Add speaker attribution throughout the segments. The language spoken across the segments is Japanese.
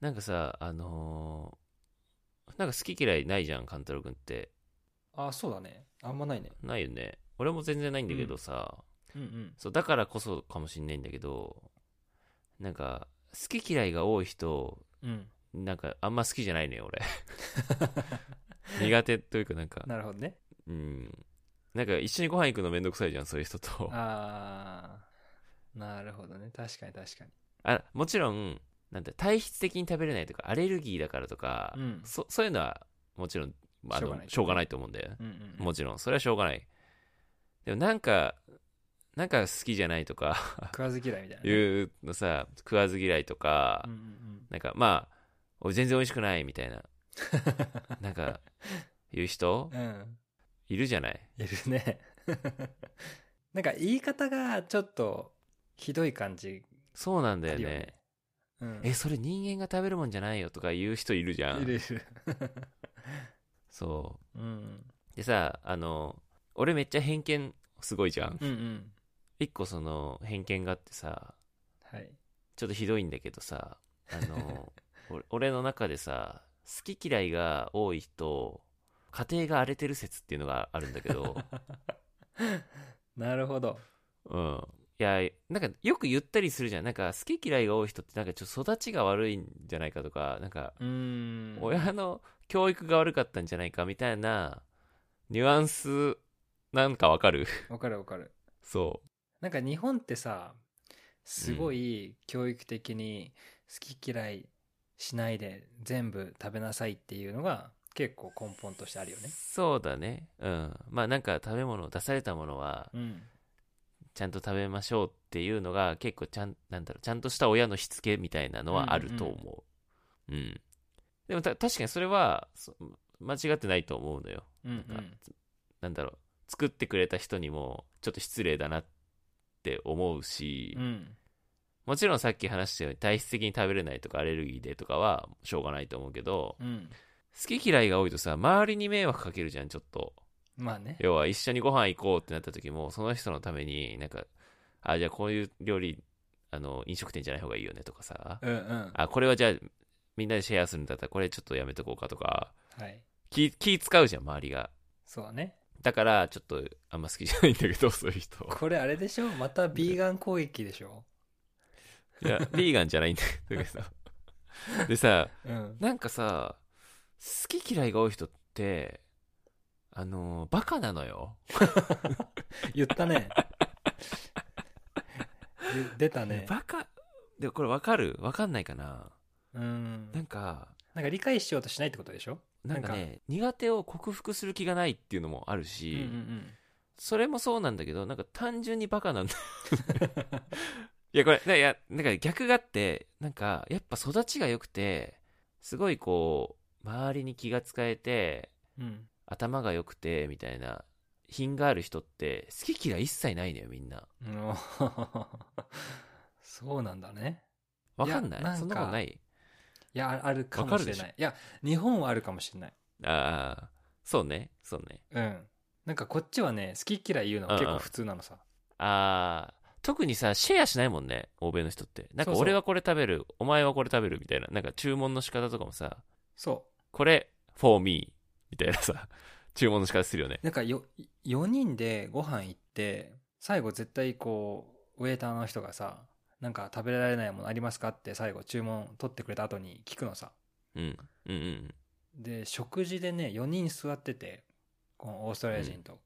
Speaker 1: なんかさ、あのーなんか好き嫌いないじゃん、勘太郎くんって。
Speaker 2: あそうだねあんまないね
Speaker 1: ないよね。俺も全然ないんだけどさ、
Speaker 2: うんうん
Speaker 1: そう、だからこそかもしんないんだけど、なんか、好き嫌いが多い人、
Speaker 2: うん
Speaker 1: なんか、あんま好きじゃないね、俺。 苦手というか、なんか、
Speaker 2: なるほどね
Speaker 1: うん。なんか、一緒にご飯行くのめんどくさいじゃん、そういう人と。
Speaker 2: ああなるほどね確かに確かに
Speaker 1: あもちろんなんて体質的に食べれないとかアレルギーだからとか、
Speaker 2: うん
Speaker 1: そそういうのはもちろんあ
Speaker 2: しょ
Speaker 1: の
Speaker 2: うがない
Speaker 1: しょうがないと思うんだよね、
Speaker 2: うんうん
Speaker 1: もちろんそれはしょうがないでもなんかなんか好きじゃないとか
Speaker 2: 食わず嫌いみたいなね、
Speaker 1: いうのさ食わず嫌いとか、
Speaker 2: うんうん
Speaker 1: なんかまあ俺全然美味しくないみたい ななんか言う人
Speaker 2: うんうん
Speaker 1: いるじゃない
Speaker 2: いるね なんか言い方がちょっとひどい感じ
Speaker 1: そうなんだ
Speaker 2: あ
Speaker 1: よ
Speaker 2: る
Speaker 1: ね
Speaker 2: よねうん
Speaker 1: えそれ人間が食べるもんじゃないよとか言う人いるじゃん
Speaker 2: いるいる
Speaker 1: そう
Speaker 2: うん
Speaker 1: でさあの俺めっちゃ偏見すごいじゃん
Speaker 2: うんうん
Speaker 1: 一個その偏見があってさ
Speaker 2: はい
Speaker 1: ちょっとひどいんだけどさあの俺俺の中でさ好き嫌いが多い人家庭が荒れてる説っていうのがあるんだけ ど、
Speaker 2: なるほど
Speaker 1: うん、いやなんかよく言ったりするじゃんなんか好き嫌いが多い人ってなんかちょっと育ちが悪いんじゃないかとかなんか
Speaker 2: うーん
Speaker 1: 親の教育が悪かったんじゃないかみたいなニュアンスなんかわかる
Speaker 2: わかるわかる
Speaker 1: そ
Speaker 2: なんか日本ってさすごい教育的に好き嫌いしないで全部食べなさいっていうのが結構根本としてあるよね。
Speaker 1: そうだねうんまあなんか食べ物出されたものは
Speaker 2: うん、
Speaker 1: ちゃんと食べましょうっていうのが結構ちゃんなんだろうちゃんとした親のしつけみたいなのはあると思ううんでもた確かにそれはそ間違ってないと思うのよ
Speaker 2: うんうん
Speaker 1: なんかなんだろう作ってくれた人にもちょっと失礼だなって思うし、
Speaker 2: うん
Speaker 1: もちろんさっき話したように体質的に食べれないとかアレルギーでとかはしょうがないと思うけど
Speaker 2: うん
Speaker 1: 好き嫌いが多いとさ周りに迷惑かけるじゃんちょっと
Speaker 2: まあね。
Speaker 1: 要は一緒にご飯行こうってなった時もその人のためになんかあじゃあこういう料理あの飲食店じゃない方がいいよねとかさ
Speaker 2: うんうん。
Speaker 1: あこれはじゃあみんなでシェアするんだったらこれちょっとやめとこうかとか
Speaker 2: はい。
Speaker 1: 気気使うじゃん周りが
Speaker 2: そうだね。
Speaker 1: だからちょっとあんま好きじゃないんだけどそういう人
Speaker 2: これあれでしょまたビーガン攻撃でしょ
Speaker 1: いやビーガンじゃないんだけどさでさ
Speaker 2: うん。
Speaker 1: なんかさ好き嫌いが多い人ってあのバカなのよ
Speaker 2: 言ったね。 ゆ出たね。
Speaker 1: バカでこれわかるわかんないかな
Speaker 2: うん。
Speaker 1: なんか
Speaker 2: なんか理解しようとしないってことでしょ
Speaker 1: なんかね苦手を克服する気がないっていうのもある
Speaker 2: う
Speaker 1: し、
Speaker 2: んうんうん。
Speaker 1: それもそうなんだけどなんか単純にバカなんだ いやこれないやなんか逆があってなんかやっぱ育ちが良くてすごいこう周りに気が使えて
Speaker 2: うん。
Speaker 1: 頭が良くてみたいな品がある人って好き嫌い一切ないのよみんな
Speaker 2: うん そうなんだね。
Speaker 1: わかんない
Speaker 2: いやなんか
Speaker 1: そんなことない
Speaker 2: いや、ああるか
Speaker 1: わ
Speaker 2: も
Speaker 1: かる
Speaker 2: し
Speaker 1: で
Speaker 2: れ
Speaker 1: しょ
Speaker 2: ない。いや、日本はあるかもしれない。
Speaker 1: ああそうねそうね
Speaker 2: うん。なんかこっちはね、好き嫌い言うのは結
Speaker 1: うんう
Speaker 2: 構
Speaker 1: ん
Speaker 2: 普通なのさ。
Speaker 1: あー特にさシェアしないもんね欧米の人ってなんか
Speaker 2: そうそう
Speaker 1: 俺はこれ食べるお前はこれ食べるみたいななんか注文の仕方とかもさ
Speaker 2: そ
Speaker 1: これ for me みたいなさ 注文の仕方するよね
Speaker 2: う。なんかよ、4人でご飯行って、最後絶対こう、ウェイターの人がさ、なんか食べられないものありますかって最後注文取ってくれた後に聞くのさ。
Speaker 1: うんうんうん
Speaker 2: で、食事でね、4人座ってて、このオーストラリア人と。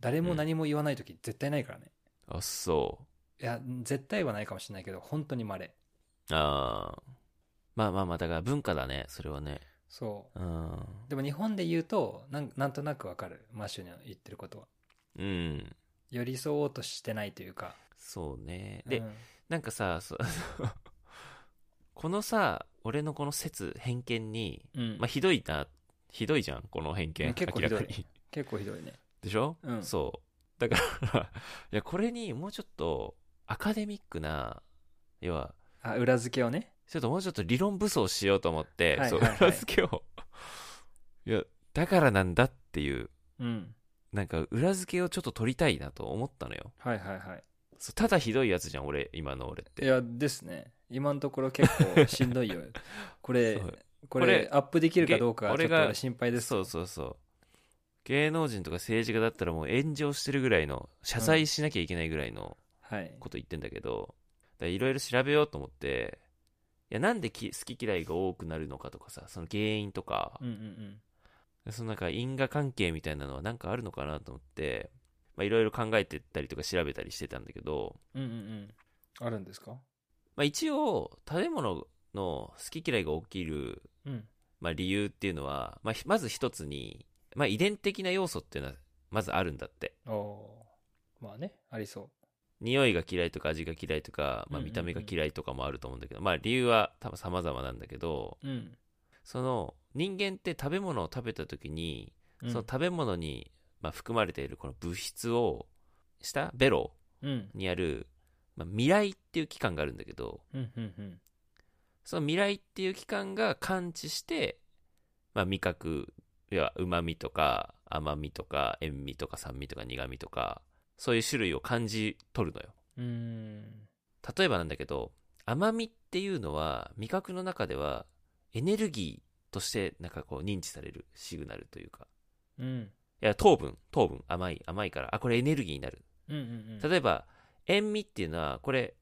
Speaker 2: 誰も何も言わない時絶対ないからね。
Speaker 1: あそ
Speaker 2: いや、絶対はないかもしれないけど、本当に稀。
Speaker 1: うあーまあまあまあだから文化だねそれはね
Speaker 2: そう。
Speaker 1: うん
Speaker 2: でも日本で言うとなんなんとなくわかるマッシュの言ってることは
Speaker 1: うん
Speaker 2: 寄り添おうとしてないというか
Speaker 1: そうねで、
Speaker 2: うん
Speaker 1: なんかさそ このさ俺のこの説偏見に
Speaker 2: うん
Speaker 1: まあひどいなひどいじゃんこの偏
Speaker 2: う
Speaker 1: 見
Speaker 2: ん結構ひどい
Speaker 1: 明らかに
Speaker 2: 結構ひどいね
Speaker 1: でしょ、
Speaker 2: うん
Speaker 1: そうだから いやこれにもうちょっとアカデミックな要は
Speaker 2: あ裏付けをね
Speaker 1: ちょっともうちょっと理論武装しようと思って、
Speaker 2: はい
Speaker 1: そう
Speaker 2: はいはい
Speaker 1: 裏付けをいやだからなんだっていう
Speaker 2: うん
Speaker 1: なんか裏付けをちょっと取りたいなと思ったのよ
Speaker 2: はいはいはい
Speaker 1: そうただひどいやつじゃん俺今の俺っ
Speaker 2: い
Speaker 1: て
Speaker 2: やですね今のところ結 構しんどいよこれ
Speaker 1: そう
Speaker 2: こ
Speaker 1: こ
Speaker 2: れ
Speaker 1: れ
Speaker 2: アップできるかどうかがちょっ
Speaker 1: 俺
Speaker 2: と
Speaker 1: が
Speaker 2: 俺心配です
Speaker 1: そうそうそう芸能人とか政治家だったらもう炎上してるぐらいの謝罪しなきゃいけないぐらいの
Speaker 2: はい
Speaker 1: こと言ってんだけどいろいろ調べようと思っていやなんでき好き嫌いが多くなるのかとかさその原因とか、
Speaker 2: うんうんうん
Speaker 1: そのなんか因果関係みたいなのはなんかあるのかなと思ってまあいろいろ考えてったりとか調べたりしてたんだけど、
Speaker 2: うんうんうんあるんですか
Speaker 1: まあ、一応食べ物の好き嫌いが起きる、
Speaker 2: うん
Speaker 1: まあ、理由っていうのは、まあ、ひまず一つに、まあ、遺伝的な要素っていうのはまずあるんだって
Speaker 2: おおーまあねありそ
Speaker 1: 匂いが嫌いとか味が嫌いとか、まあ、
Speaker 2: うんうんうん
Speaker 1: 見た目が嫌いとかもあると思うんだけど、まあ理由は多分様々なんだけど
Speaker 2: ううん、
Speaker 1: その人間って食べ物を食べた時に
Speaker 2: うん、
Speaker 1: その食べ物に、まあ、含まれているこの物質を下ベロ
Speaker 2: うん
Speaker 1: にある、まあ、未来っていう器官があるんだけど
Speaker 2: うんうんうん
Speaker 1: その未来っていう器官が感知して、まあ、味覚要はうまみとか甘みとか塩味とか酸味とか苦味とかそういう種類を感じ取るのよ
Speaker 2: うーん
Speaker 1: 例えばなんだけど甘みっていうのは味覚の中ではエネルギーとしてなんかこう認知されるシグナルというか
Speaker 2: うん
Speaker 1: いや糖分糖分甘い甘いからあこれエネルギーになる
Speaker 2: うんうん
Speaker 1: 例えば塩味っていうのはこれ、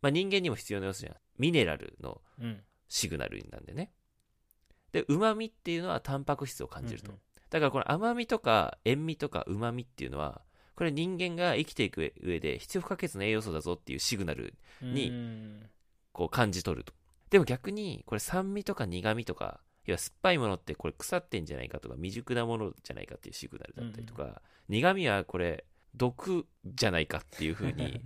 Speaker 1: まあ、人間にも必要な要素じゃんミネラルの
Speaker 2: うんうん
Speaker 1: シグナルなんでねでうまみっていうのはタンパク質を感じると、だからこの甘みとか塩味とかうまみっていうのはこれ人間が生きていく上で必要不可欠な栄養素だぞっていうシグナル
Speaker 2: うん
Speaker 1: に
Speaker 2: うん
Speaker 1: こう感じ取るとでも逆にこれ酸味とか苦味とかいや酸っぱいものってこれ腐ってんじゃないかとか未熟なものじゃないかっていうシグナルだったりとか、苦味はこれ毒じゃないかっていう風に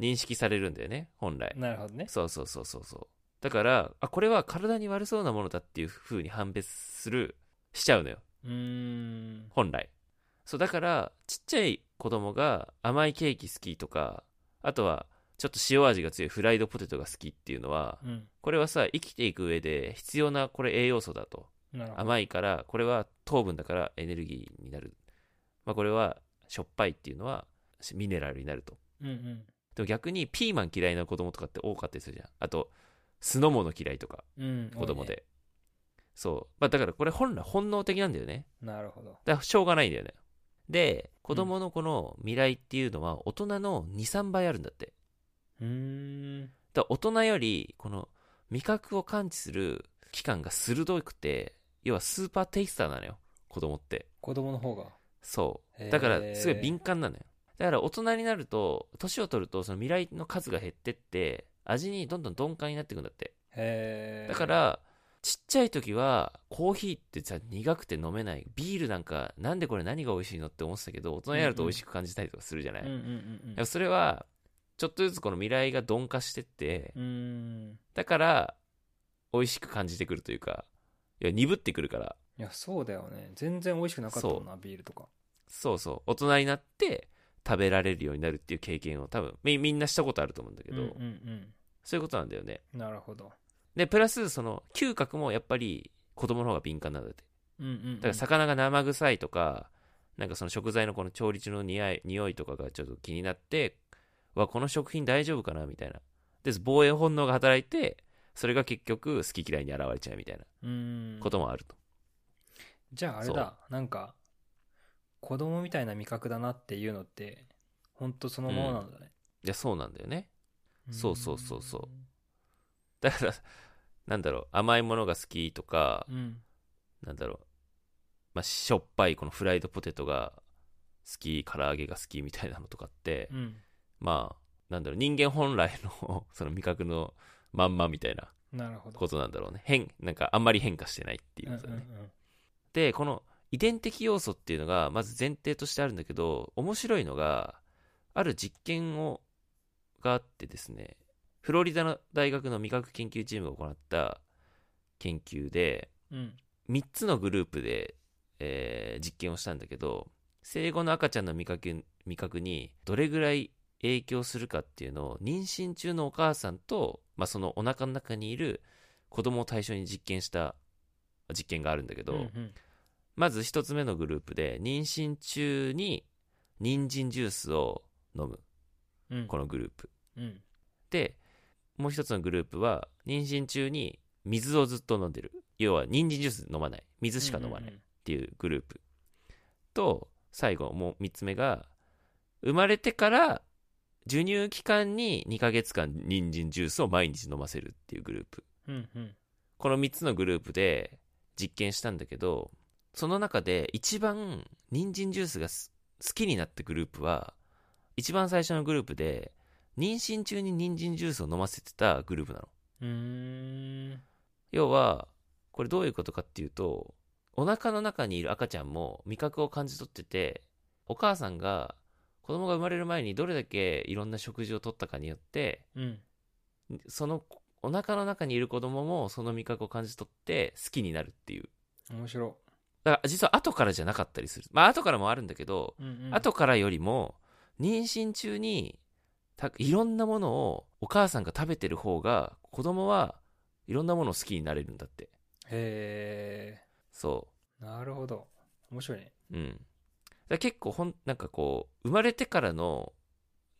Speaker 1: 認識されるんだよね本来
Speaker 2: なるほどね
Speaker 1: そうそうそうそうそうだからあこれは体に悪そうなものだっていう風に判別するしちゃうのよ
Speaker 2: うーん
Speaker 1: 本来そうだからちっちゃい子供が甘いケーキ好きとかあとはちょっと塩味が強いフライドポテトが好きっていうのは
Speaker 2: うん
Speaker 1: これはさ生きていく上で必要なこれ栄養素だと
Speaker 2: なるほど
Speaker 1: 甘いからこれは糖分だからエネルギーになる、まあ、これはしょっぱいっていうのはしミネラルになると
Speaker 2: うんうん
Speaker 1: でも逆にピーマン嫌いな子供とかって多かったりするじゃんあと酢の物嫌いとか
Speaker 2: うん
Speaker 1: 子供
Speaker 2: 多いね
Speaker 1: で、そう、まあ、だからこれ本来本能的なんだよね
Speaker 2: なるほど
Speaker 1: だからしょうがないんだよねで子供のこの未来っていうのは大人の23倍あるんだって
Speaker 2: うーん
Speaker 1: だから大人よりこの味覚を感知する器官が鋭くて要はスーパーテイスターなのよ子供って
Speaker 2: 子供の方が
Speaker 1: そう
Speaker 2: へー
Speaker 1: だからすごい敏感なのよだから大人になると年を取るとその未来の数が減ってって味にどんどん鈍感になっていくんだって
Speaker 2: へえ
Speaker 1: だからちっちゃい時はコーヒーってさ苦くて飲めないビールなんかなんでこれ何が美味しいのって思ってたけど大人になると美味しく感じたりとかするじゃない、
Speaker 2: うんうんうん
Speaker 1: やっぱそれはちょっとずつこの未来が鈍化してって、
Speaker 2: うんうーん
Speaker 1: だから美味しく感じてくるというかいや鈍ってくるから
Speaker 2: いやそうだよね全然美味しくなかったもんなビールとか
Speaker 1: そうそう大人になって食べられるようになるっていう経験を多分みみんなしたことあると思うんだけ
Speaker 2: うん
Speaker 1: ど、
Speaker 2: うん
Speaker 1: そういうことなんだよね
Speaker 2: うんなるほど
Speaker 1: でプラスその嗅覚もやっぱり子供の方が敏感なんだって
Speaker 2: うんうんうん
Speaker 1: だから魚が生臭いとか、なんかその食材のこの調理中の匂い匂いとかがちょっと気になってわこの食品大丈夫かなみたいなで防衛本能が働いてそれが結局好き嫌いに現れちゃうみたいな
Speaker 2: うーん
Speaker 1: こともあると、
Speaker 2: じゃああれだなんか子供みたいな味覚だなっていうのって本当そのものなんだね、
Speaker 1: いやそうなんだよねうんそうそうそうそだからなんだろう甘いものが好きとか、
Speaker 2: うん
Speaker 1: なんだろう、まあ、しょっぱいこのフライドポテトが好き唐揚げが好きみたいなのとかって、
Speaker 2: うん
Speaker 1: まあなんだろう人間本来の その味覚のまんまみたいな
Speaker 2: なるほど
Speaker 1: ことなんだろうね変なんかあんまり変化してないっていう
Speaker 2: うん
Speaker 1: こ
Speaker 2: う
Speaker 1: と
Speaker 2: んう
Speaker 1: だね、
Speaker 2: ん
Speaker 1: でこの遺伝的要素っていうのがまず前提としてあるんだけど面白いのがある実験をがあってですねフロリダの大学の味覚研究チームが行った研究で
Speaker 2: うん
Speaker 1: 3つのグループで、えー実験をしたんだけど生後の赤ちゃんの味覚味覚にどれぐらい影響するかっていうのを妊娠中のお母さんと、まあ、そのお腹の中にいる子供を対象に実験した実験があるんだけど、
Speaker 2: うんうん
Speaker 1: まず1つ目のグループで妊娠中に人参ジュースを飲む
Speaker 2: うん
Speaker 1: このグループ
Speaker 2: うん
Speaker 1: でもう一つのグループは妊娠中に水をずっと飲んでる要は人参ジュース飲まない水しか飲まない
Speaker 2: うん
Speaker 1: っていうグループと最後もう3つ目が生まれてから授乳期間に2ヶ月間人参ジュースを毎日飲ませるっていうグループ
Speaker 2: うんうん
Speaker 1: この3つのグループで実験したんだけどその中で一番人参ジュースがす好きになったグループは一番最初のグループで妊娠中に人参ジュースを飲ませてたグループなの
Speaker 2: うんうーん
Speaker 1: 要はこれどういうことかっていうとお腹の中にいる赤ちゃんも味覚を感じ取っててお母さんが子供が生まれる前にどれだけいろんな食事をとったかによって
Speaker 2: うん
Speaker 1: そのお腹の中にいる子供もその味覚を感じ取って好きになるっていう
Speaker 2: 面白
Speaker 1: だから実は後からじゃなかったりするまあ後からもあるんだけど、
Speaker 2: うんうん
Speaker 1: 後からよりも妊娠中にたいろんなものをお母さんが食べてる方が子供はいろんなものを好きになれるんだって
Speaker 2: へ
Speaker 1: そう
Speaker 2: えなるほど面白いね
Speaker 1: うん、だから結構ほんなんかこう生まれてからの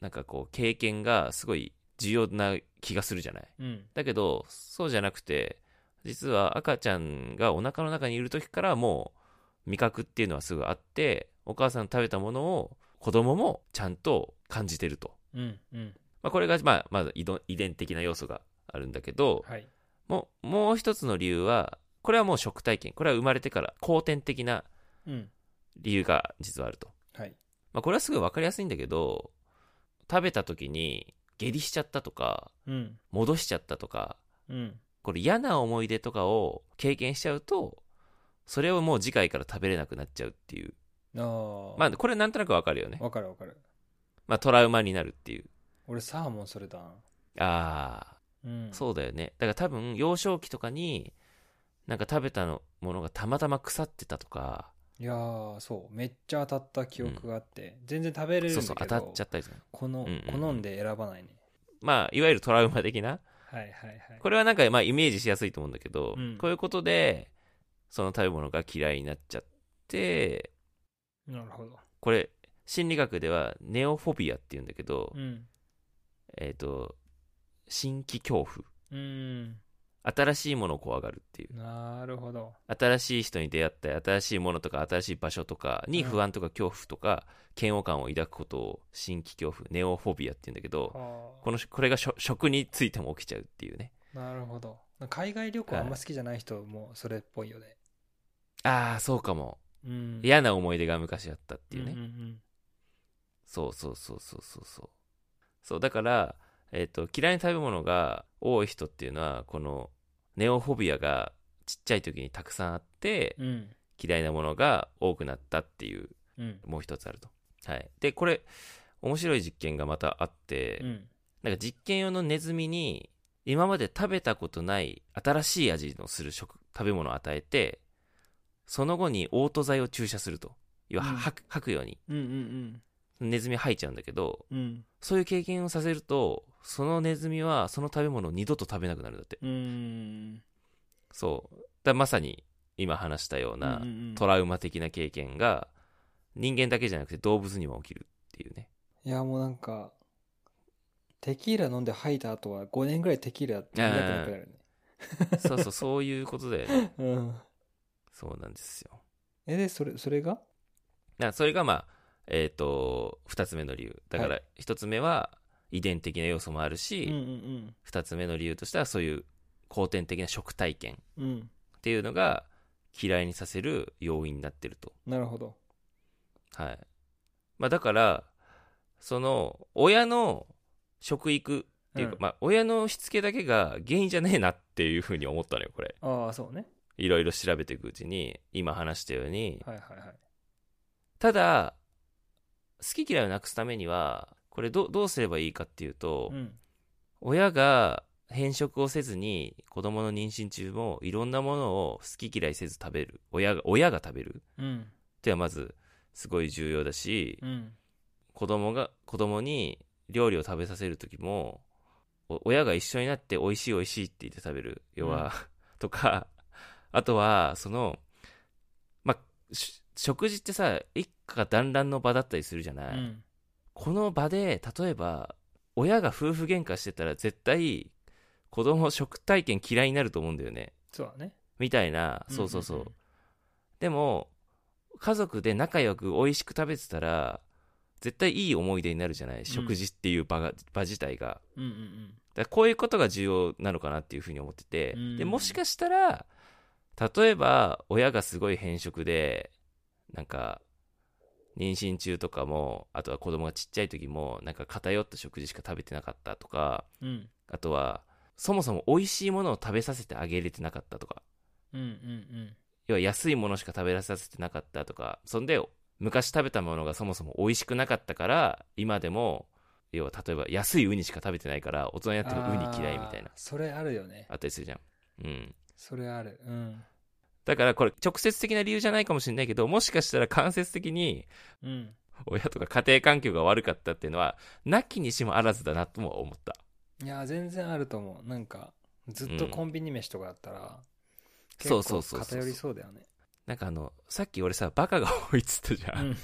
Speaker 1: なんかこう経験がすごい重要な気がするじゃない
Speaker 2: うん
Speaker 1: だけどそうじゃなくて実は赤ちゃんがお腹の中にいる時からもう味覚っていうのはすぐあってお母さんの食べたものを子供もちゃんと感じてると、
Speaker 2: うんうん
Speaker 1: まあ、これがまあまず遺伝遺伝的な要素があるんだけど
Speaker 2: はい
Speaker 1: もうもう一つの理由はこれはもう食体験これは生まれてから後天的な
Speaker 2: うん
Speaker 1: 理由が実はあると
Speaker 2: はい
Speaker 1: まあ、これはすごい分かりやすいんだけど食べた時に下痢しちゃったとか
Speaker 2: うん
Speaker 1: 戻しちゃったとか
Speaker 2: うん
Speaker 1: これ嫌な思い出とかを経験しちゃうとそれをもう次回から食べれなくなっちゃうっていう
Speaker 2: ああ
Speaker 1: まあこれなんとなく分かるよね、
Speaker 2: わかるわかる
Speaker 1: まあ、トラウマになるっていう
Speaker 2: 俺サーモンそれだな
Speaker 1: あ
Speaker 2: うん
Speaker 1: あそうだよねだから多分幼少期とかになんか食べたのものがたまたま腐ってたとか
Speaker 2: いやーそうめっちゃ当たった記憶があって、全然食べれるん
Speaker 1: そ
Speaker 2: だ
Speaker 1: う
Speaker 2: けど
Speaker 1: そう当たっちゃったりとか
Speaker 2: この、
Speaker 1: うんうんうん
Speaker 2: 好んで選ばないね
Speaker 1: まあいわゆるトラウマ的な
Speaker 2: はいはいはい
Speaker 1: これはなんかまあイメージしやすいと思うんだけど、
Speaker 2: うん
Speaker 1: こういうことでその食べ物が嫌いになっちゃって
Speaker 2: なるほど
Speaker 1: これ心理学ではネオフォビアっていうんだけど、
Speaker 2: うん
Speaker 1: えっ、と新規恐怖
Speaker 2: うん
Speaker 1: 新しいものを怖がるっていう
Speaker 2: なるほど
Speaker 1: 新しい人に出会ったり新しいものとか新しい場所とかに
Speaker 2: うん
Speaker 1: 不安とか恐怖とか嫌悪感を抱くことを新規恐怖ネオフォビアっていうんだけど
Speaker 2: はあ
Speaker 1: このこれがしょ食についても起きちゃうっていうね
Speaker 2: なるほど海外旅行あんま好きじゃない人もそれっぽいよね、
Speaker 1: ああそうかも
Speaker 2: うんっ
Speaker 1: 嫌な思い出が昔あったっていうね、
Speaker 2: うんうん
Speaker 1: そうそうそうそうそうそうそうだから、えっと嫌いな食べ物が多い人っていうのはこのネオフォビアがちっちゃい時にたくさんあって
Speaker 2: うんうん
Speaker 1: 嫌いなものが多くなったっていう
Speaker 2: うん
Speaker 1: もう一つあると、はい、でこれ面白い実験がまたあって、
Speaker 2: うん
Speaker 1: なんか実験用のネズミに今まで食べたことない新しい味のする食食べ物を与えてその後に嘔吐剤を注射すると要は
Speaker 2: うん
Speaker 1: 吐く吐くように
Speaker 2: うんうん
Speaker 1: ネズミ吐いちゃうんだけど、
Speaker 2: うん
Speaker 1: そういう経験をさせると、そのネズミはその食べ物を二度と食べなくなるんだって。
Speaker 2: うん
Speaker 1: そう。だまさに今話したようなトラウマ的な経験が人間だけじゃなくて動物にも起きるっていうね。
Speaker 2: いやもうなんかテキーラ飲んで吐いた後は5年ぐらいテキーラ飲んでなくなるね
Speaker 1: そうそう、そういうことだよね。
Speaker 2: うん
Speaker 1: そうなんですよ。
Speaker 2: えでそれそれが
Speaker 1: だからそれがまあ、えっ、と、二つ目の理由。だか
Speaker 2: は
Speaker 1: ら一つ目は遺伝的な要素もある
Speaker 2: うんう
Speaker 1: し、
Speaker 2: ん
Speaker 1: 二、つ目の理由としてはそういう後天的な食体験っ
Speaker 2: うんうん
Speaker 1: ていうのが嫌いにさせる要因になってると。
Speaker 2: なるほど
Speaker 1: はい。まあだから、その、親の食育っていうか、
Speaker 2: うん
Speaker 1: まあ親のしつけだけが原因じゃねえなっていうふうに思ったのよ、これ。
Speaker 2: ああそうね
Speaker 1: いろいろ調べていくうちに、今話したように。
Speaker 2: はいはいはい
Speaker 1: ただ、好き嫌いをなくすためには、これどどうすればいいかっていうと、
Speaker 2: うん
Speaker 1: 親が変色をせずに子供の妊娠中もいろんなものを好き嫌いせず食べる親が親が食べる
Speaker 2: うん
Speaker 1: っていうのはまずすごい重要だし、
Speaker 2: うん
Speaker 1: 子供が子供に料理を食べさせる時もお親が一緒になって美味しい美味しいって言って食べる要は、
Speaker 2: うん
Speaker 1: とかあとはそのまあし食事ってさ一家団らんの場だったりするじゃ
Speaker 2: う
Speaker 1: ない、
Speaker 2: ん
Speaker 1: この場で例えば親が夫婦喧嘩してたら絶対子供食体験嫌いになると思うんだよね
Speaker 2: そうだね
Speaker 1: みたいなそうそうそう,、
Speaker 2: んんん
Speaker 1: でも家族で仲良く美味しく食べてたら絶対いい思い出になるじゃない食事っていう場が、場自体が
Speaker 2: うんうん
Speaker 1: だからこういうことが重要なのかなっていうふうに思ってて、
Speaker 2: うん
Speaker 1: でもしかしたら例えば親がすごい偏食でなんか妊娠中とかもあとは子供がちっちゃい時もなんか偏った食事しか食べてなかったとか
Speaker 2: うんうん
Speaker 1: あとはそもそも美味しいものを食べさせてあげれてなかったとか
Speaker 2: うんうん
Speaker 1: 要は安いものしか食べさせてなかったとかそんで昔食べたものがそもそも美味しくなかったから今でも要は例えば安いウニしか食べてないから大人になってもウニ嫌いみたいな
Speaker 2: あーそれあるよね
Speaker 1: あったりするじゃん。うん。
Speaker 2: それあるうん
Speaker 1: だからこれ直接的な理由じゃないかもしれないけど、もしかしたら間接的に
Speaker 2: うん
Speaker 1: 親とか家庭環境が悪かったっていうのは、なきにしもあらずだなとも思った。
Speaker 2: いや全然あると思うなんかずっとコンビニ飯とかだったら、結
Speaker 1: そう
Speaker 2: 構
Speaker 1: そうそうそう
Speaker 2: 偏りそうだよね
Speaker 1: なんかあの、さっき俺さ、バカが多いっつったじゃん。
Speaker 2: うん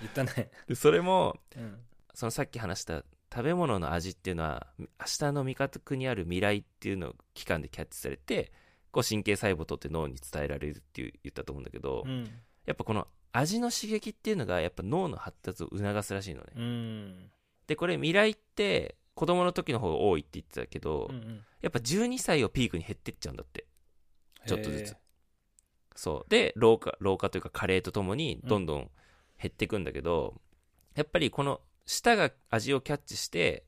Speaker 2: 言ったね
Speaker 1: で、それも、
Speaker 2: うん
Speaker 1: そのさっき話した食べ物の味っていうのは、明日の味覚にある未来っていうのを期間でキャッチされて、こう神経細胞とって脳に伝えられるっていう言ったと思うんだけど、
Speaker 2: うん
Speaker 1: やっぱこの味の刺激っていうのがやっぱ脳の発達を促すらしいのね。
Speaker 2: うん
Speaker 1: でこれ未来って子供の時の方が多いって言ってたけど、
Speaker 2: うんうん
Speaker 1: やっぱ12歳をピークに減ってっちゃうんだってちょっとずつ
Speaker 2: へー
Speaker 1: そうで老化老化というか加齢とともにどんどん減っていくんだけど、やっぱりこの舌が味をキャッチして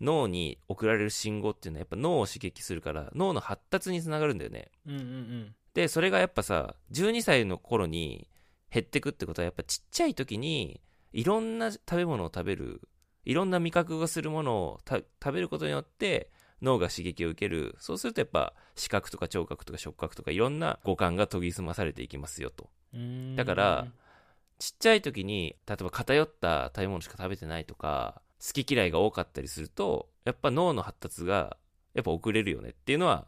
Speaker 1: 脳に送られる信号っていうのはやっぱ脳を刺激するから脳の発達につながるんだよね
Speaker 2: うんうんうん
Speaker 1: でそれがやっぱさ12歳の頃に減ってくってことはやっぱちっちゃい時にいろんな食べ物を食べるいろんな味覚がするものをた食べることによって脳が刺激を受けるそうするとやっぱ視覚とか聴覚とか触覚とかいろんな五感が研ぎ澄まされていきますよと
Speaker 2: うーん
Speaker 1: だからちっちゃい時に例えば偏った食べ物しか食べてないとか好き嫌いが多かったりするとやっぱ脳の発達がやっぱ遅れるよねっていうのは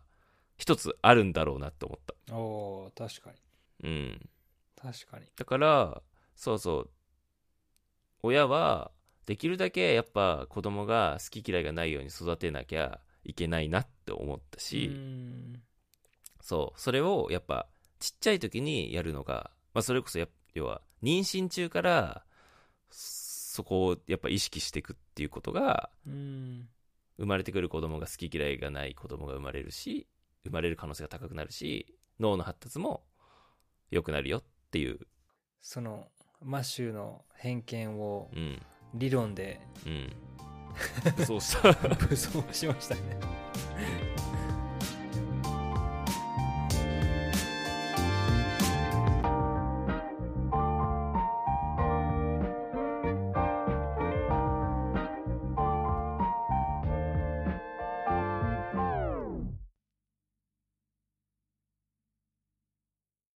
Speaker 1: 一つあるんだろうなって思った
Speaker 2: おー確かに
Speaker 1: うん
Speaker 2: 確かに
Speaker 1: だからそうそう親はできるだけやっぱ子供が好き嫌いがないように育てなきゃいけないなって思ったし、
Speaker 2: うーん
Speaker 1: そうそれをやっぱちっちゃい時にやるのが、まあ、それこそや要は妊娠中からそこをやっぱ意識していくっていうことが
Speaker 2: うーん
Speaker 1: 生まれてくる子供が好き嫌いがない子供が生まれるし生まれる可能性が高くなるし脳の発達も良くなるよっていう、
Speaker 2: そのマシューの偏見を
Speaker 1: うん、
Speaker 2: 理論で
Speaker 1: うん。そうした。
Speaker 2: 武装しましたね